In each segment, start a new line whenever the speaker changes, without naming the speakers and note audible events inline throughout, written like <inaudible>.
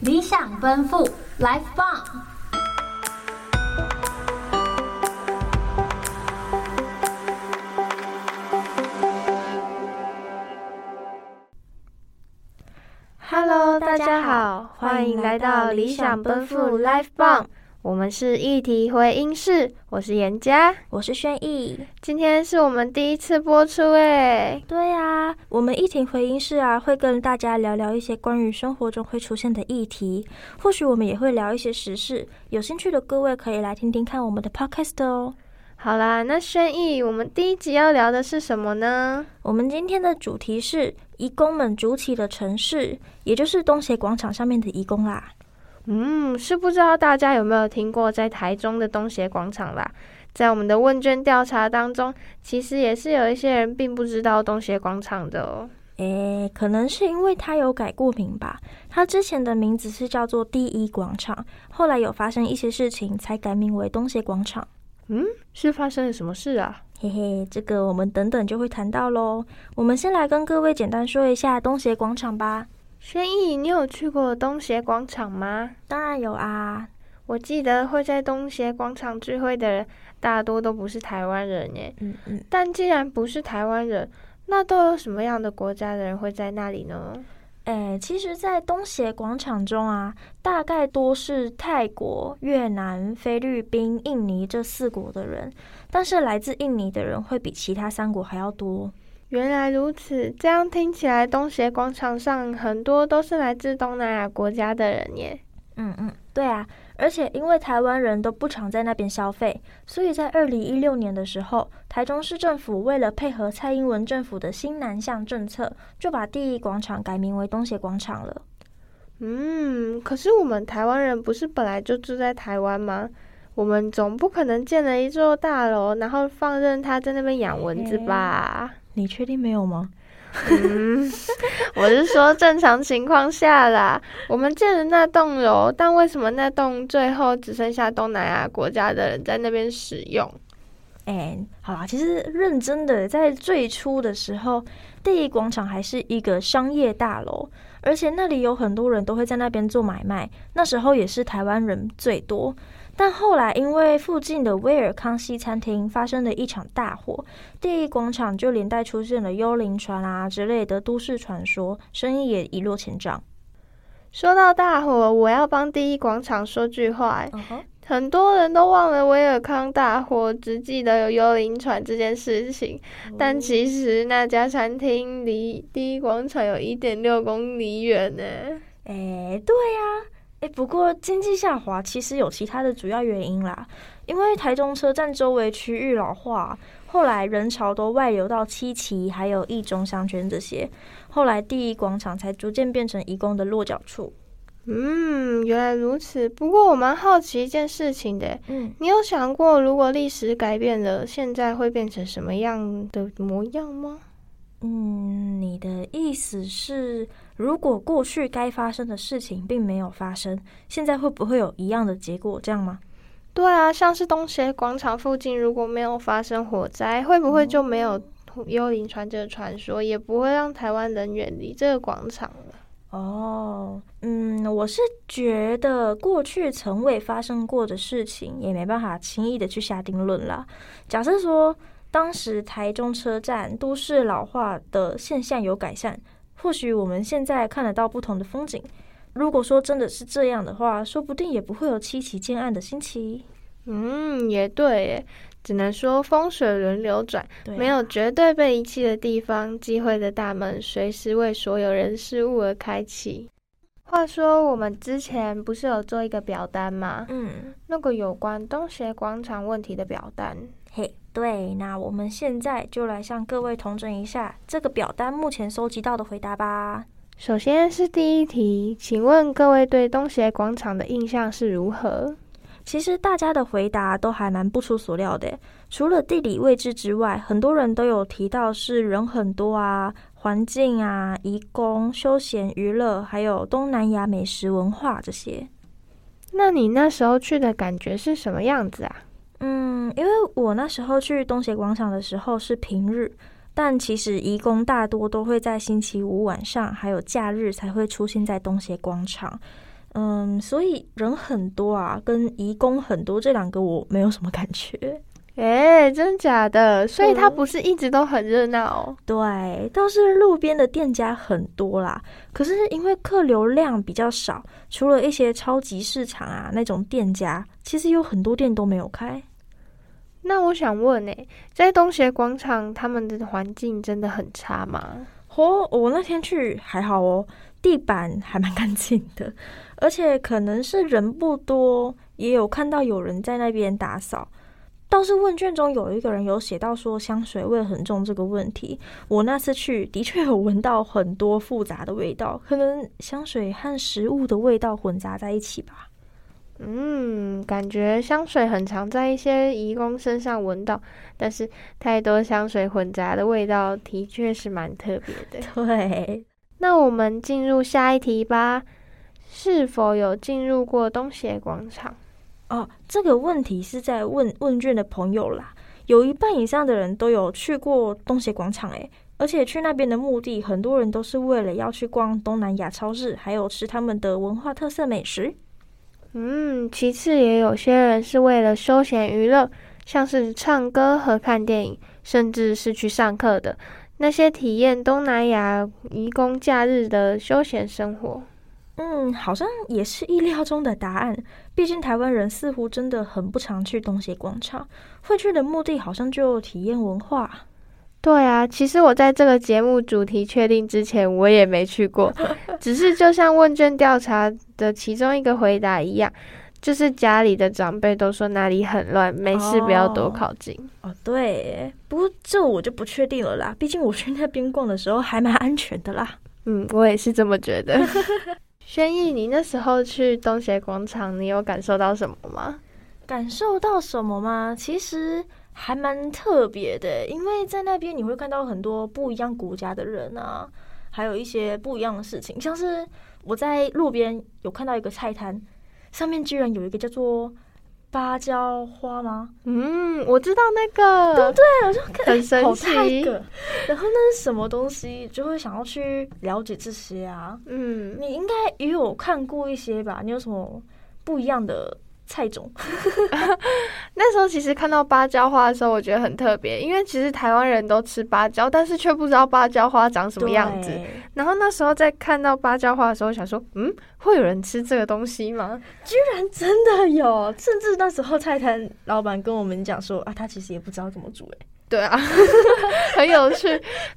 理想奔赴，Life 棒。
Hello，大家好，欢迎来到理想奔赴 Life 棒。我们是议题回音室，我是严佳。
我是轩逸。
今天是我们第一次播出哎诶，
对啊，我们一庭回音室啊，会跟大家聊聊一些关于生活中会出现的议题，或许我们也会聊一些时事。有兴趣的各位可以来听听看我们的 podcast 哦。
好啦，那轩逸，我们第一集要聊的是什么呢？
我们今天的主题是移工们主体的城市，也就是东协广场上面的移工啊啦。
嗯，是不知道大家有没有听过在台中的东协广场啦？在我们的问卷调查当中，其实也是有一些人并不知道东协广场的哦。
诶，可能是因为它有改过名吧。它之前的名字是叫做第一广场，后来有发生一些事情，才改名为东协广场。
嗯是发生了什么事啊？
嘿嘿，这个我们等等就会谈到喽。我们先来跟各位简单说一下东协广场吧。
轩逸，你有去过东协广场吗？
当然有啊，
我记得会在东协广场聚会的人，大多都不是台湾人耶。
嗯嗯，
但既然不是台湾人，那都有什么样的国家的人会在那里呢？
诶，其实，在东协广场中啊，大概多是泰国、越南、菲律宾、印尼这四国的人，但是来自印尼的人会比其他三国还要多。
原来如此，这样听起来，东协广场上很多都是来自东南亚国家的人耶。
嗯嗯，对啊，而且因为台湾人都不常在那边消费，所以在二零一六年的时候，台中市政府为了配合蔡英文政府的新南向政策，就把第一广场改名为东协广场了。
嗯，可是我们台湾人不是本来就住在台湾吗？我们总不可能建了一座大楼，然后放任它在那边养蚊子吧？
你确定没有吗？
嗯，我是说正常情况下啦，我们建了那栋楼，但为什么那栋最后只剩下东南亚国家的人在那边使用？
哎，好啦，其实认真的，在最初的时候，第一广场还是一个商业大楼，而且那里有很多人都会在那边做买卖，那时候也是台湾人最多。但后来因为附近的威尔康西餐厅发生了一场大火，第一广场就连带出现了幽灵船啊之类的都市传说，生意也一落千丈。
说到大火，我要帮第一广场说句话、欸。很多人都忘了威尔康大火，只记得有幽灵船这件事情，但其实那家餐厅离第一广场有一点六公里远呢、
哎，对呀、哎，不过经济下滑其实有其他的主要原因啦，因为台中车站周围区域老化，后来人潮都外流到七期还有一中商圈这些，后来第一广场才逐渐变成移工的落脚处。
嗯，原来如此。不过我蛮好奇一件事情的欸，
嗯，
你有想过如果历史改变了，现在会变成什么样的模样吗？
嗯，你的意思是，如果过去该发生的事情并没有发生，现在会不会有一样的结果？这样吗？
对啊，像是东协广场附近如果没有发生火灾，会不会就没有幽灵船这个传说，也不会让台湾人远离这个广场了？
哦，嗯，我是觉得过去从未发生过的事情，也没办法轻易的去下定论啦。假设说当时台中车站都市老化的现象有改善，或许我们现在看得到不同的风景。如果说真的是这样的话，说不定也不会有七起建案的兴起。
嗯，也对耶，只能说风水轮流转，
对啊
没有绝对被遗弃的地方，机会的大门随时为所有人事物而开启。话说，我们之前不是有做一个表单吗？
嗯，
那个有关东协广场问题的表单。
嘿，对，那我们现在就来向各位统整一下这个表单目前收集到的回答吧。
首先是第一题，请问各位对东协广场的印象是如何？
其实大家的回答都还蛮不出所料的耶，除了地理位置之外，很多人都有提到是人很多啊、环境啊、移工、休闲娱乐，还有东南亚美食文化这些。
那你那时候去的感觉是什么样子啊？
嗯，因为我那时候去东协广场的时候是平日，但其实移工大多都会在星期五晚上还有假日才会出现在东协广场。嗯，所以人很多啊，跟移工很多这两个我没有什么感觉。
哎、真假的？所以它不是一直都很热闹、哦？
对，倒是路边的店家很多啦，可是因为客流量比较少，除了一些超级市场啊那种店家，其实有很多店都没有开。
那我想问呢、在东协广场，他们的环境真的很差吗？
哦，我那天去还好哦，地板还蛮干净的， <laughs> 而且可能是人不多，也有看到有人在那边打扫。倒是问卷中有一个人有写到说香水味很重这个问题，我那次去的确有闻到很多复杂的味道，可能香水和食物的味道混杂在一起吧。 <laughs>
嗯，感觉香水很常在一些义工身上闻到，但是太多香水混杂的味道的确是蛮特别的。
对，
那我们进入下一题吧。是否有进入过东协广场？
哦，这个问题是在问问卷的朋友啦，有一半以上的人都有去过东协广场，诶，而且去那边的目的，很多人都是为了要去逛东南亚超市，还有吃他们的文化特色美食。
嗯，其次也有些人是为了休闲娱乐，像是唱歌和看电影，甚至是去上课的。那些体验东南亚移工假日的休闲生活，
嗯，好像也是意料中的答案。毕竟台湾人似乎真的很不常去东协广场，会去的目的好像就体验文化。
对啊，其实我在这个节目主题确定之前，我也没去过， <laughs> 只是就像问卷调查的其中一个回答一样，就是家里的长辈都说那里很乱，没事不要多
哦
靠近。
哦，对，不过这我就不确定了啦。毕竟我去那边逛的时候还蛮安全的啦。
嗯，我也是这么觉 <laughs> 得。轩逸，你那时候去东协广场，你有感受到什么吗？
感受到什么吗？其实还蛮特别的，因为在那边你会看到很多不一样国家的人啊，还有一些不一样的事情。像是我在路边有看到一个菜摊，上面居然有一个叫做芭蕉花吗？
嗯，我知道那个，
对，我就看
很神
<laughs> 好
奇
大一个，然后那是什么东西，就会想要去了解这些啊。
嗯，
你应该也有看过一些吧？你有什么不一样的菜种？
那时候其实看到芭蕉花的时候，我觉得很特别，因为其实台湾人都吃芭蕉，但是却不知道芭蕉花长什么样子。
对？
然后那时候在看到芭蕉花的时候，想说，嗯，会有人吃这个东西吗？
居然真的有，甚至那时候菜摊老板跟我们讲说啊，他其实也不知道怎么煮、欸，
对啊， <laughs> 很有
<laughs>
趣。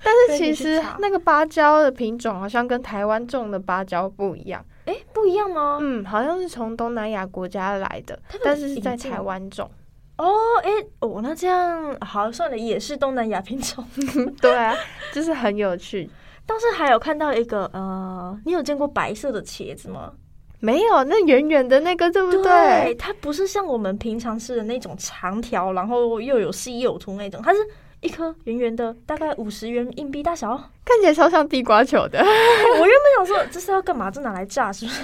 但是其
可以
实
去查
那个芭蕉的品种好像跟台湾种的芭蕉不一样。
哎、不一样吗？
嗯，好像是从东南亚国家来的
他，们
但是是
引
在
进
台湾种。
哦，哎、哦，那这样好算了，也是东南亚品种。
对啊，就是很有趣。
当时还有看到一个呃，你有见过白色的茄子吗？
没有那圆圆的那个，对不
嗯
对？
它不是像我们平常吃的那种长条，然后又有细又有粗那种，它是一颗圆圆的，大概五十元硬币大 <laughs> 小。哎
看起来超像地瓜球的， <laughs>
我原本想说这是要干嘛？这拿来炸是不是？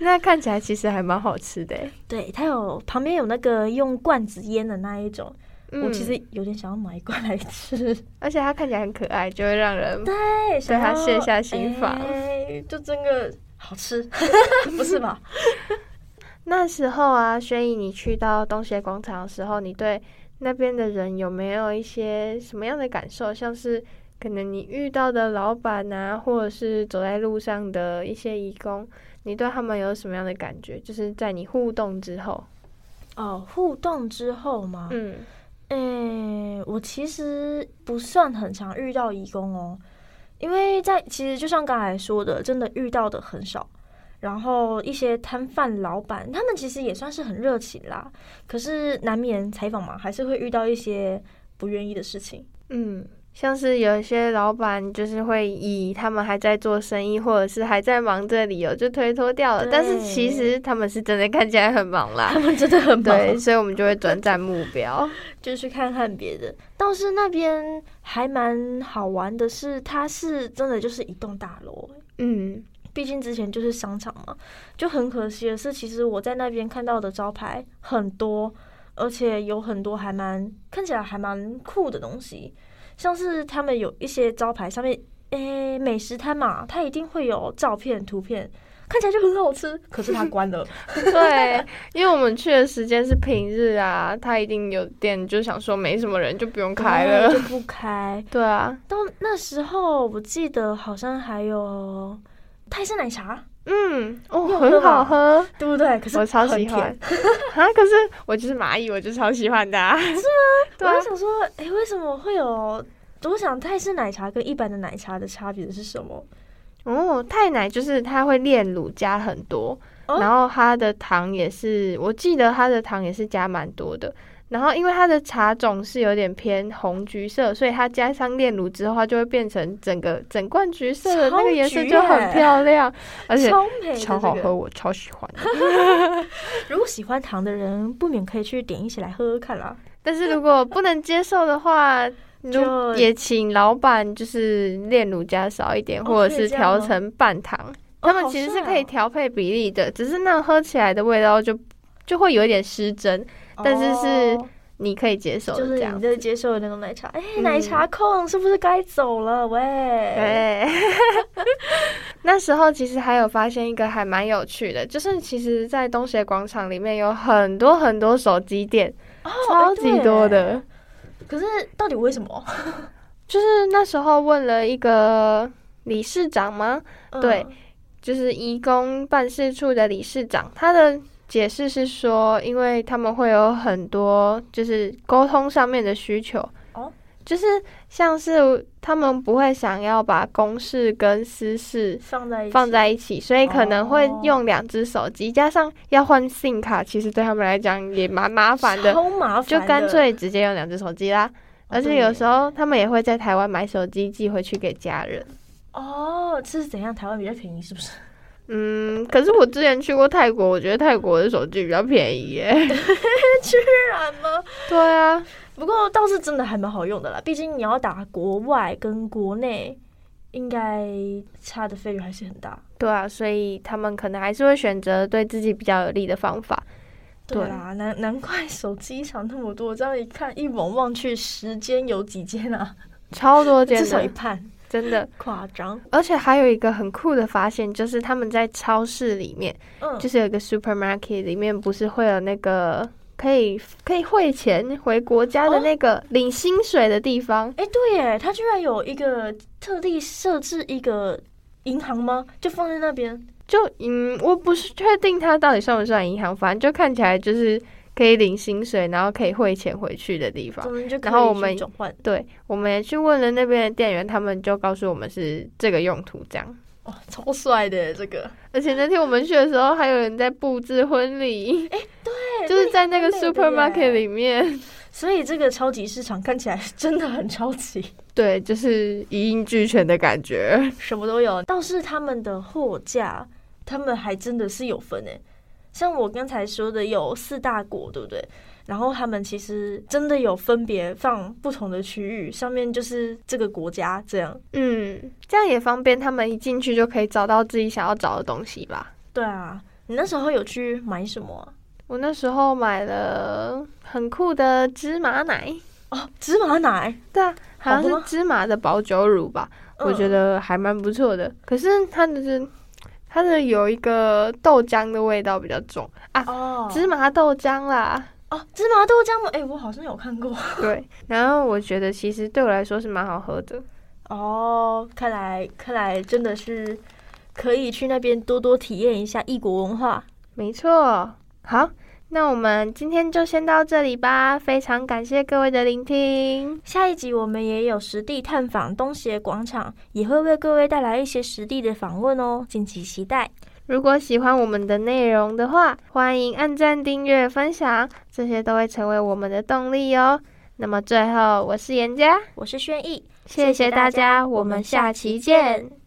那看起来其实还蛮好吃的。欸
对，它有旁边有那个用罐子腌的那一种，
嗯
我其实有点想要买一罐来 <laughs> 吃。
而且它看起来很可爱，就会让人
对，想要
它卸下心防
哎就真的好 <laughs> 吃，不是吧？
那时候啊，轩逸，你去到东协广场的时候，你对那边的人有没有一些什么样的感受？像是可能你遇到的老板啊，或者是走在路上的一些义工，你对他们有什么样的感觉？就是在你互动之后，
哦，互动之后嘛，
嗯，
诶、我其实不算很常遇到义工哦，因为在其实就像刚才说的，真的遇到的很少。然后一些摊贩老板，他们其实也算是很热情啦，可是难免采访嘛，还是会遇到一些不愿意的事 <laughs> 情。
嗯，像是有一些老板就是会以他们还在做生意，或者是还在忙这里由就推脱掉了。但是其实他们是真的看起来很忙啦
<laughs> 他，们真的很忙，
对，所以我们就会转战目标。
就去看看别的。倒是那边还蛮好玩的是，它是真的就是一栋大楼，
嗯，
毕竟之前就是商场嘛，就很可惜的是，其实我在那边看到的招牌很多，而且有很多还蛮看起来还蛮酷的东西，像是他们有一些招牌上面，诶、美食摊嘛，它一定会有照片、图片，看起来就很好吃，可是它关了。
对，因为我们去的时间是平日啊，他一定有店就想说没什么人就不用 <laughs> 开
对
了。
就不开。
对啊，
到那时候，我记得好像还有泰式奶茶，
嗯，哦
你，有喝
很
吧
好喝，
对不对？可是
我超
很
喜 <laughs>
甜
欢。。啊，可是我就是蚂蚁，我就超喜欢的、啊。 <laughs> 是吗？对啊
我就，想说，哎、为什么会有？我想泰式奶茶跟一般的奶茶的差别是什么？
哦，太奶就是它会炼乳加很多，
哦
然后它的糖也是，我记得它的糖也是加蛮多的。然后因为它的茶种是有点偏红橘色，所以它加上炼乳之后，它就会变成整个整罐橘色的那
超
个颜色
橘
就
耶
很漂
<laughs>
亮，而且
超美的、这
超好
个
喝，我超喜欢的。
如果喜欢糖的人，不免可以去点一起来喝喝看啦。
但是如果不能接受的话，
<laughs> 就
就也请老板就是炼乳加少一点，
哦
或者
可以
是
这样哦
调成半糖。
哦
他们
好
其实是
帅
可以
哦
调配比例的，只是那喝起来的味道就就会有一点失真，但是是
哦
你可以接受
就
的这
是
样
你
子。
在接受的那种奶茶。哎、
嗯
奶茶控是不是该走了？喂，
对， <laughs> 那时候其实还有发现一个还蛮有趣的，就是其实，在东协广场里面有很多很多手机店，
哦，
超
哎
级多。
对
的。
可是到底为什么？
就是那时候问了一个理事长吗？
嗯
对，就是移工办事处的理事长，他的解释是说，因为他们会有很多就是沟通上面的需求，
哦，
就是像是他们不会想要把公事跟私事
放在一起
放在一起，所以可能会
哦
用两只手机，加上要换 SIM 卡，其实对他们来讲也蛮麻烦的，
超麻烦的，
就
哦
干脆直接用两只手机啦。而且有时
候
候他们也会在台湾买手机寄回去给家人。
哦，这是怎样？台湾比较便宜是不是？
嗯，可是我之前去过泰国，我觉得泰国的手机比较便宜耶。 <laughs>
不然吗？
对啊，
不过倒是真的还蛮好用的啦，毕竟你要打国外跟国内，应该差的费率还是很大。
对啊，所以他们可能还是会选择对自己比较有利的方法。对
对啦，难难怪手机厂那么多，这样一看一猛望去，十间有几间啊？
超多间
至少一
的，
半，
真的。
夸张。
而且还有一个很酷的发现，就是他们在超市里面，
嗯，
就是有一个 supermarket 里面，不是会有那个可以可以汇钱回国家的
哦
那个领薪水的地方。
哎、对耶，它居然有一个特地设置一个银行吗？就放在那边。
就嗯，我不是确定它到底算不算银行，反正就看起来就是可以领薪水，然后可以汇钱回去的地方
我。们就可
然后
以
我
去
们
转换
对，我们也去问了那边的店员，他们就告诉我们是这个用途这样。
哇、超帅的耶这个，
而且那天我们去的时候，还有人在布置婚礼， <laughs>
对
就是在那个
蛮美的耶
supermarket 里面。
所以这个超级市场看起来真的很超级，
对，就是一应俱全的感觉。
<laughs> 什么都有。倒是他们的货架，他们还真的是有分诶。像我刚才说的，有四大国，对不对？然后他们其实真的有分别放不同的区域，上面就是这个国家这样。
嗯，这样也方便他们一进去就可以找到自己想要找的东西吧。
对啊，你那时候有去买什么啊、
我那时候买了很酷的芝麻奶。
哦，芝麻奶，
对啊，好像
好嗯喝
是
吗
芝麻的保酒乳吧，我觉得还蛮不错的。可是它的是它的有一个豆浆的味道比较重啊
嗯，哦，
芝麻豆浆啦。
哦芝麻豆浆吗？哎、我好像有看过。
对，然后我觉得其实对我来说是蛮好喝的。
哦，看来看来真的是可以去那边多多体验一下异国文化。
没错，好，那我们今天就先到这里吧。非常感谢各位的聆听，
下一集我们也有实地探访东协广场，也会为各位带来一些实地的访问哦，敬请期待。
如果喜欢我们的内容的话，欢迎按赞、订阅、分享，这些都会成为我们的动力哦。那么最后，我是严佳。
我是轩逸，
谢谢大家，我们下期见。